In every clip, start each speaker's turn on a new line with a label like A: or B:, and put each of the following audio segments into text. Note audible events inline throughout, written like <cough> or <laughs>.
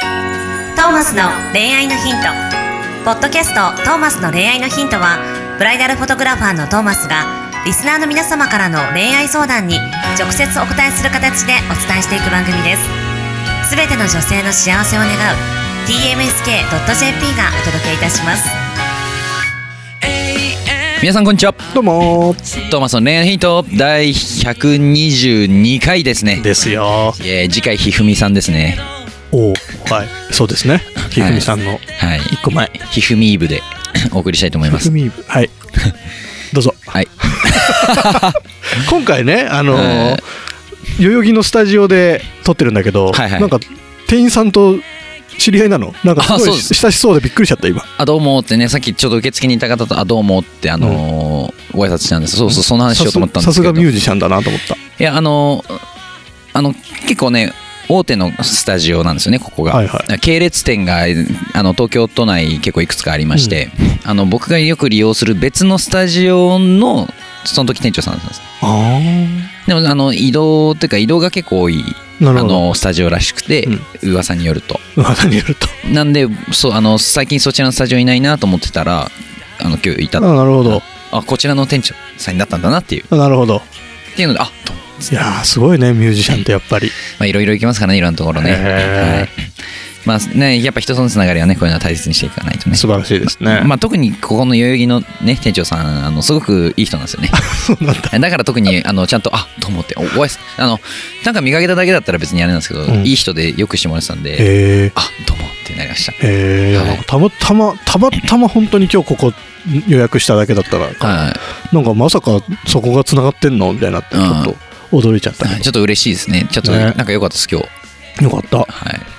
A: トーマスの恋愛のヒント」ポッドキャスト「トーマスの恋愛のヒントは」ブライダルフォトグラファーのトーマスがリスナーの皆様からの恋愛相談に直接お答えする形でお伝えしていく番組ですすべての女性の幸せを願う tmsk.jp がお届けいたします
B: 皆さんこんにちは
C: どうも
B: トーマスの恋愛のヒント第122回ですね
C: ですよ
B: えー次回ひふみさんですね
C: おおはいそうですねひふみさんの
B: はい
C: 一個前
B: ひふみイブで <coughs> お送りしたいと思いま
C: ひ <laughs> ふ
B: す
C: みはい
B: <laughs>
C: どうぞ
B: はい
C: <laughs> 今回ねあのー
B: は
C: 代々木のスタジオで撮ってるんだけど、
B: はいはい
C: なんか店員さんと知り合いなのなんか
B: あそ
C: すご
B: う
C: い
B: です
C: 親しそうでびっくりしちゃった今
B: あどうもってねさっきちょっと受付にいた方とあどうもってあのーご挨拶したんですそうそうその話しようと思ったんで
C: さ
B: す
C: す
B: け
C: が
B: ど
C: ミュージシャンだなと思った
B: いやあのあの結構ね大手のスタジオなんですよねここが、
C: はいは
B: 系列店があの東京都内結構いくつかありまして、あの僕がよく利用する別のスタジオのその時店長さんなんです
C: あ
B: でもあの移動っていうか移動が結構多い
C: あな
B: あ
C: るほど
B: のスタジオらしくて、噂によると
C: <laughs> 噂によると
B: なんでそうあの最近そちらのスタジオいないなと思ってたらあの今日いた
C: あなるほど
B: あこちらの店長さんになったんだなっていう
C: なるほど
B: っていうのであと
C: いやーすごいねミュージシャンってやっぱり
B: まあ、いろいろいきますからね、いろんなところね。は
C: へー
B: いまあね、やっぱ人とのつながりはね、こういうのは大切にしていかないとね。
C: 素晴らしいですね、
B: まあ、特にここの代々木の、ね、店長さんあのすごくいい人なんですよね
C: そう <laughs> なんだ
B: だから特にあのちゃんと「あと思っておおいあのなんか見かけただけだったら別にあれなんですけど、
C: うん
B: いい人でよくしてもらってたんで
C: へえ
B: 「あどうも」ってなりました
C: えー
B: はい
C: たまたまたまたま本当に今日ここ予約しただけだったら、
B: はい
C: なんかまさかそこがつながってんのみたいになってち
B: うん
C: ょっと驚いちゃった
B: はい
C: け
B: ちょっと嬉しいですねちょっと、
C: ね
B: なんか良かったです今日
C: どよかった
B: はい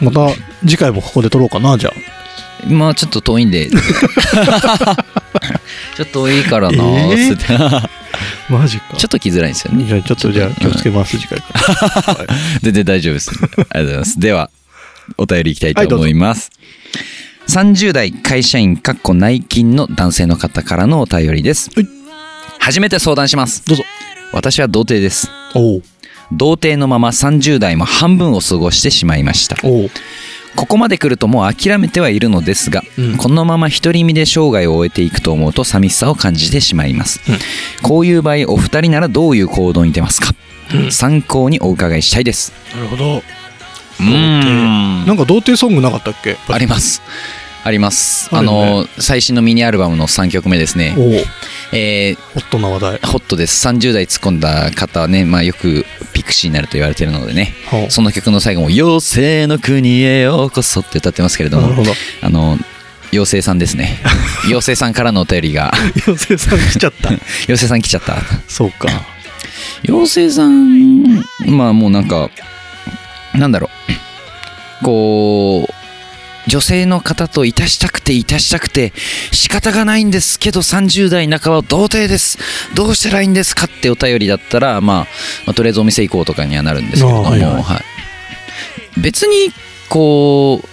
C: また次回もここで撮ろうかなじゃあ
B: まあちょっと遠いん
C: <laughs>
B: でちょっと遠いからなーっつって、 <laughs>
C: マジか
B: ちょっと来づらいんですよね
C: じゃあちょっとじゃあ気をつけます次回から
B: <laughs>
C: はい
B: 全然大丈夫です。ありがとうございます。では、お便りいきたい
C: はい
B: と
C: どうぞ
B: 思います。30代会社員かっこ内勤の男性の方からのお便りです。
C: はい
B: 初めて相談します。
C: どうぞ
B: 私は童貞です。
C: おう
B: 童貞のまま30代も半分を過ごしてしまいました。
C: おう
B: ここまで来るともう諦めてはいるのですが、
C: うん
B: このまま独り身で生涯を終えていくと思うと寂しさを感じてしまいます、
C: うん
B: こういう場合お二人ならどういう行動に出ますか、参考にお伺いしたいです
C: なるほど
B: う
C: 貞なんか童貞ソングなかったっけ
B: あります。あります。あ
C: あるよね
B: の、最新のミニアルバムの3曲目ですね
C: お。う
B: えー
C: ホットな話題
B: ホットです。30代突っ込んだ方はね、まあよくピクシーになると言われてるのでね。
C: ほう
B: その曲の最後も、妖精の国へようこそって歌ってますけれど
C: な
B: も
C: る、ほど
B: あの、妖精さんです
C: <laughs>
B: ね。妖精さんからのお便りが、
C: 妖精さん来ちゃった
B: 妖精さん来ちゃった。
C: そうか
B: 妖精さんまあもうなんかなんだろうこう女性の方といたしたくていたしたくて仕方がないんですけど30代半ばは童貞ですどうしたらいいんですかってお便りだったら、まあ、まあとりあえずお店行こうとかにはなるんですけれども、
C: あ
B: はい
C: ーはいはい
B: 別にこ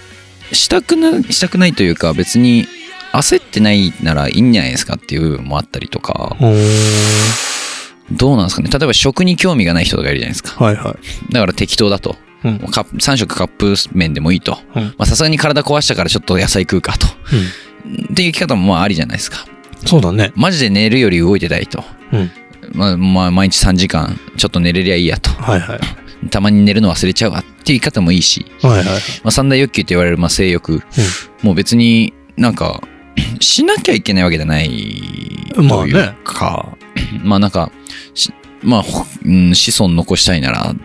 B: うしたくなしたくないというか別に焦ってないならいいんじゃないですかっていう部分もあったりとか、
C: おー
B: どうなんですかね例えば食に興味がない人とかいるじゃないですか
C: はいはい
B: だから適当だと。
C: うん
B: もうカップ3食カップ麺でもいいと。
C: うん
B: まあさすがに体壊したからちょっと野菜食うかと。
C: う
B: っていう生き方もまあありじゃないですか。
C: んそうだね
B: マジで寝るより動いてたいと。
C: うん
B: まあ、まあ、毎日3時間ちょっと寝れりゃいいやと。
C: はいはい
B: たまに寝るの忘れちゃうわっていう生き方もいいし、
C: はいはい
B: まあ、三大欲求と言われるまあ性欲、もう別になんか <clears throat> しなきゃいけないわけじゃないと
C: まあ
B: い
C: ね
B: うか、まあ、なんかしまあ、ほうん、子孫残したいなら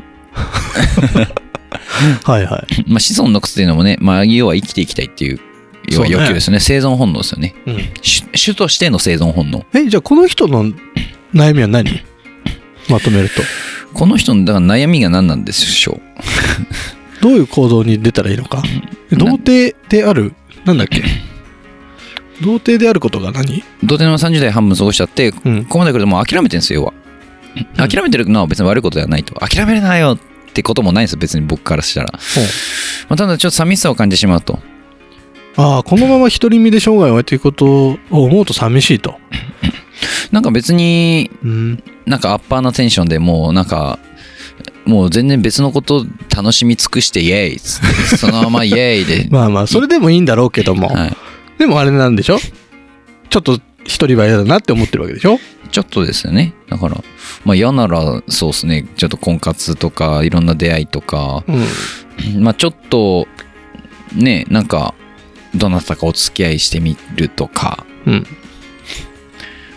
C: はいはい
B: まあ、子孫残すっていうのもね、まあ、要は生きていきたいっていう、要は
C: そうね
B: 欲求ですよね。生存本能ですよね。
C: うん
B: 種種としての生存本能。
C: えじゃあこの人の悩みは何まとめると
B: この人のだから悩みが何なんでしょう。
C: どういう行動に出たらいいのか童貞であるなんだっけ童貞であることが何
B: 童貞の30代半分過ごしちゃって、
C: うん
B: ここまで来るともう諦めてるんですよ、要は。諦めてるのは別に悪いことではないと。諦めるなよってこともないんですよ、別に僕からしたら。まあ、ただちょっと寂しさを感じてしまうと。
C: ああこのまま独り身で生涯を終えていくことを思うと寂しいと
B: なんか別に、
C: うん、
B: なんかアッパーなテンションでもうなんか、もう全然別のこと楽しみ尽くしてイエイっつってそのままイエイで
C: <laughs> まあまあ、それでもいいんだろうけども。
B: はい、
C: でもあれなんでしょちょっと一人は嫌だなって思ってるわけでしょ
B: ちょっとですよねだからまあ嫌ならそうですねちょっと婚活とかいろんな出会いとか
C: うん。
B: まあちょっとねなんかどなたかお付き合いしてみるとか
C: うん。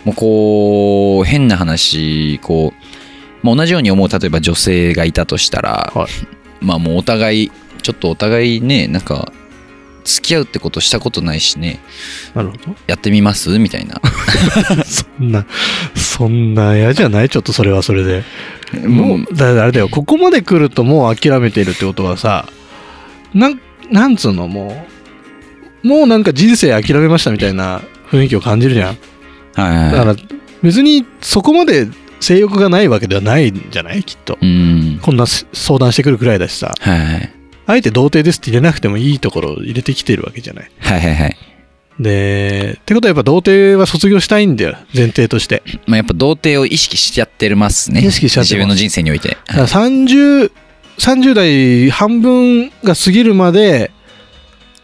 B: もうこう変な話こう、まあ、同じように思う例えば女性がいたとしたら、
C: はい
B: まあもうお互いちょっとお互いねなんか付き合うってことしたことないしね
C: なるほど。
B: やってみますみたいな
C: そんな、そんな嫌じゃないちょっとそれはそれで。 <laughs> もう、だあれだよ、ここまで来るともう諦めてるってことはさ、なん、なんつうの、もう、もうなんか人生諦めましたみたいな雰囲気を感じるじゃん。
B: はい
C: だ
B: はいは
C: か
B: い
C: ら、別にそこまで性欲がないわけではないんじゃないきっと。
B: うん
C: こんなす相談してくるくらいだしさ、
B: はいはい
C: あえて童貞ですって入れなくてもいいところを入れてきてるわけじゃない。
B: はいはいはい
C: で、ってことはやっぱ童貞は卒業したいんだよ、前提として。
B: まあやっぱ童貞を意識しちゃってますね
C: 意識しちゃってます
B: 自分の人生において、
C: だから30、30代半分が過ぎるまで、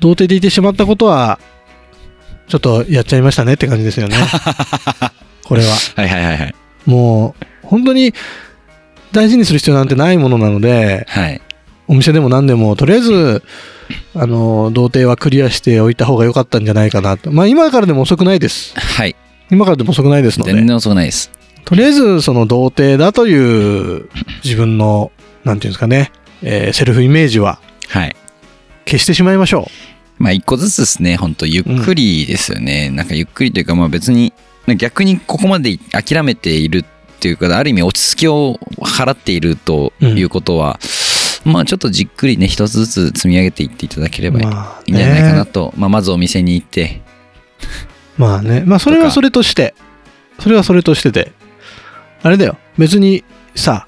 C: 童貞でいてしまったことは、ちょっとやっちゃいましたねって感じですよね。これは。
B: はいはいはいはい
C: もう、本当に大事にする必要なんてないものなので、
B: はい
C: お店でも何でも、とりあえず、あの、童貞はクリアしておいた方が良かったんじゃないかなと。まあ今からでも遅くないです。
B: はい
C: 今からでも遅くないですので
B: 全。然遅くないです
C: とりあえずその童貞だという自分のなんていうんですかね、えーセルフイメージは
B: はい
C: 消してしまいましょ
B: まあ一個ずつですね、本当ゆっくりですよね。なんかゆっくりというか、まあ別に、逆にここまで諦めているっていうか、ある意味落ち着きを払っているということは、まあちょっとじっくりね、一つずつ積み上げていっていただけれ
C: う。
B: ばいい
C: まあ
B: んじゃないかな
C: ね。
B: と、まあまずお店に行って、
C: まあね。まあそれはそれとして、それはそれとしてで、あれだよ。別にさ、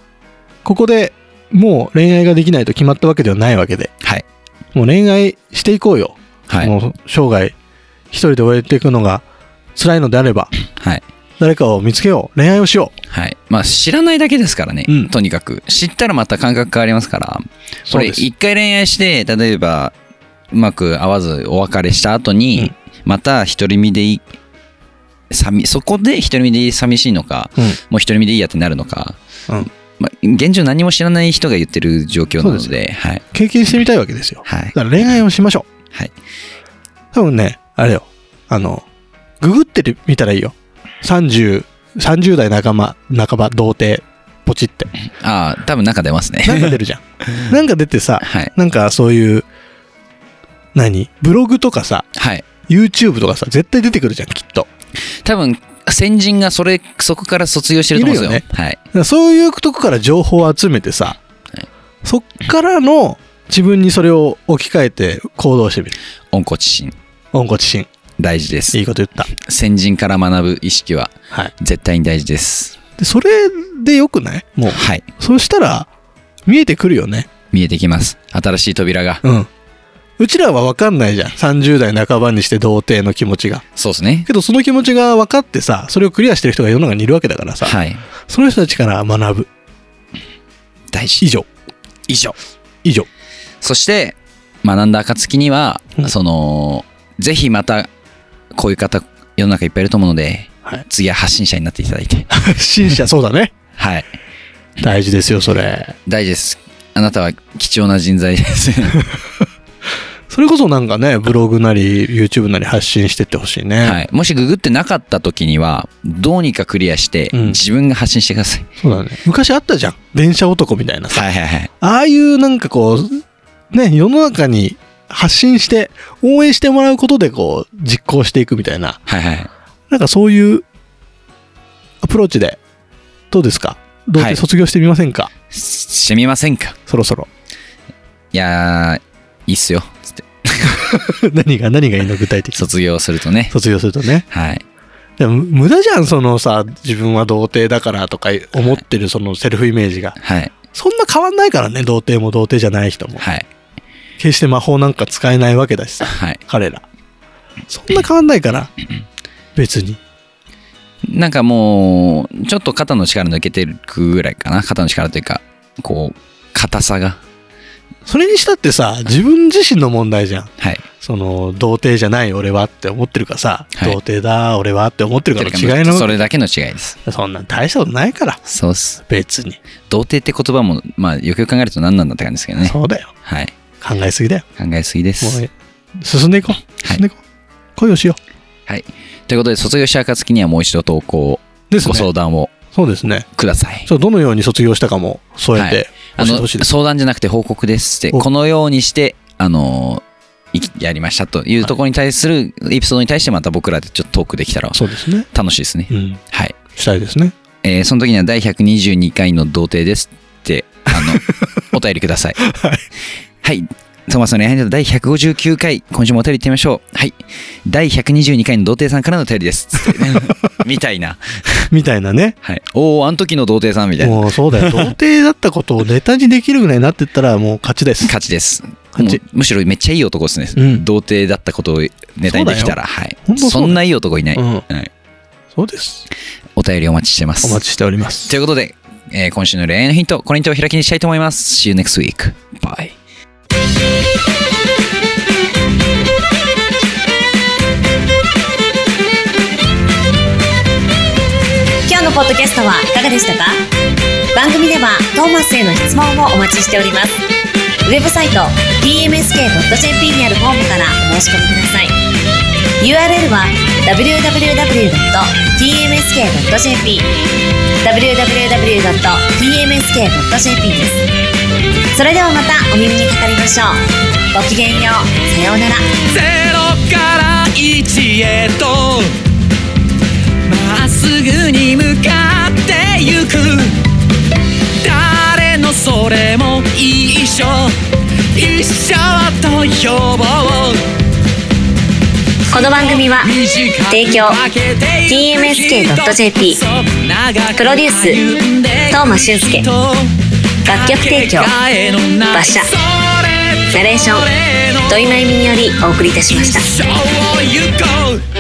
C: ここでもう恋愛ができないと決まったわけではないわけで、
B: はい、
C: もう恋愛していこうよ。
B: はい、
C: もう生涯一人で終えていくのが辛いのであれば、
B: はい、
C: 誰かを見つけよう。恋愛をしよう。
B: はい。まあ知らないだけですからね、
C: うん
B: とにかく。知ったらまた感覚変わりますから、こ
C: そう
B: れ
C: です。
B: 一回恋愛して例えばうまく合わずお別れした後に、
C: うん
B: また独り身でいい寂そこで独り身でいい寂しいのか
C: うん
B: もう独り身でいいやってなるのか、
C: うん
B: まあ、現状何も知らない人が言ってる状況なので
C: そうで
B: はい
C: 経験してみたいわけですよ。
B: はい
C: だから恋愛をしましょう。
B: はい
C: 多分ね、あれよ。あの、ググってみたらいいよ。30、30代半ば、半ば、童貞、ポチって。
B: ああ多分中出ますね
C: なんか出るじゃん。なんか出てさ、
B: <laughs> はい
C: なんかそういう、何ブログとかさ、
B: はい
C: YouTube とかさ、絶対出てくるじゃん、きっと。
B: 多分先人がそれそこから卒業してると思うんですよ
C: いる
B: はい
C: だからそういうとこから情報を集めてさ、
B: い
C: そっからの自分にそれを置き換えて行動してみる。
B: 温故知新
C: 温故知新。
B: 大事です
C: いいこと言った。
B: 先人から学ぶ意識は
C: はい。
B: 絶対に大事です
C: でそれでよくないもう
B: はい
C: そうしたら見えてくるよね
B: 見えてきます新しい扉が
C: うんうちらは分かんないじゃん30代半ばにして童貞の気持ちが
B: そうですね
C: けどその気持ちが分かってさそれをクリアしてる人が世の中にいるわけだからさ、
B: はい
C: その人たちから学ぶ
B: 大事
C: 以上
B: 以上
C: 以上
B: そして学んだ暁には、
C: うん
B: そのぜひまたこういう方世の中いっぱいいると思うので、
C: はい
B: 次は発信者になっていただい
C: <laughs>
B: て
C: 発信者そうだね
B: はい
C: 大事ですよそれ
B: 大事ですあなたは貴重な人材です
C: それこそなんかねブログなり YouTube なり発信してってほしいね、
B: はいもしググってなかった時にはどうにかクリアして、
C: うん
B: 自分が発信してください
C: そうだね昔あったじゃん電車男みたいなさ
B: はいはいはい
C: ああいうなんかこう、ね、世の中に発信して、応援してもらうことでこう、実行していくみたいな、
B: はいはい
C: なんかそういうアプローチで、どうですかどう
B: は
C: せ
B: い
C: 卒業してみませんか、
B: ししてみませんか
C: そろそ <laughs> ろ。
B: いやーいいっすよつって
C: 何が、何がいいの具体的に。
B: 卒業するとね
C: 卒業するとね。
B: はい
C: でも無駄じゃん、そのさ、自分は童貞だからとか思ってるそのセルフイメージが。
B: はい
C: そんな変わんないからね、童貞も童貞じゃない人も。
B: はい
C: 決して魔法なんか使えないわけだしさ。
B: はい
C: 彼らそんな変わんないから別に
B: なんかもう、ちょっと肩の力抜けてるぐらいかな。肩の力というか、こう、硬さが
C: それにしたってさ、自分自身の問題じゃん。
B: はい
C: その、童貞じゃない俺はって思ってるかさ、
B: はい
C: 童貞だ、俺はって思ってるかの違いの、
B: それだけの違いです
C: そんなん大したことないから、
B: そうっす
C: 別に。
B: 童貞って言葉もまあよくよく考えると何なんだって感じですけどね
C: そうだよ。
B: はい
C: 考えすぎだよ。
B: 考えすぎで
C: も
B: す
C: う、進んでいこう。進んでいこう。恋をしよ
B: はいということで卒業した暁にはもう一度投稿
C: う。です
B: ご
C: ね。
B: 相談を
C: そうですね。
B: ください
C: そう、どのように卒業したかも添えて、
B: あ
C: 教えて
B: の
C: ほしいです
B: 相談じゃなくて報告ですって
C: お
B: このようにしてあのいやりましたというところに対するエピソードに対してまた僕らでちょっとトークできたら
C: そうですね。
B: 楽しいですね
C: うん。
B: はい、
C: したいですね。
B: えーその時には第122回の童貞ですってあ
C: <laughs>
B: のお便りください
C: はい。
B: はい。トーマスの恋愛の第159回、今週もお便り行ってみましょう。はい。第122回の童貞さんからのお便りです。つ
C: <laughs>
B: ってみたいな。
C: みたいなね。
B: はい。おお、あの時の童貞さんみたいな。
C: もうそうだよ。童貞だったことをネタにできるぐらいになってったら、もう勝ちです。
B: 勝ちです。
C: 勝ち
B: もうむしろめっちゃいい男ですね。
C: うん
B: 童貞だったことをネタにできたら。はい
C: ほん。とそうだ
B: そ
C: よ
B: んないい男いない。
C: うん
B: はい
C: そうです。
B: お便りお待ちしてます。
C: お待ちしております。
B: ということで、えー今週の恋愛のヒント、これに手を開きにしたいと思います。See you next week. Bye.
A: 「今日のポッドキャストはいかがでしたか番組ではトーマスへの質問をお待ちしておりますウェブサイト tmsk.jp にあるフォームからお申し込みください URL は www.tmsk.jp www.tmsk.jp ですそれではまたお耳にかかりましょうごきげんようさようなら
D: ゼロから一へとまっすぐに向かってゆく誰のそれも一緒一緒と呼ぼう
A: この番組は提供 TMSK.jp プロデュース東間俊介楽曲提供馬車ナレーション土井真由美によりお送りいたしました
D: 一生を行こう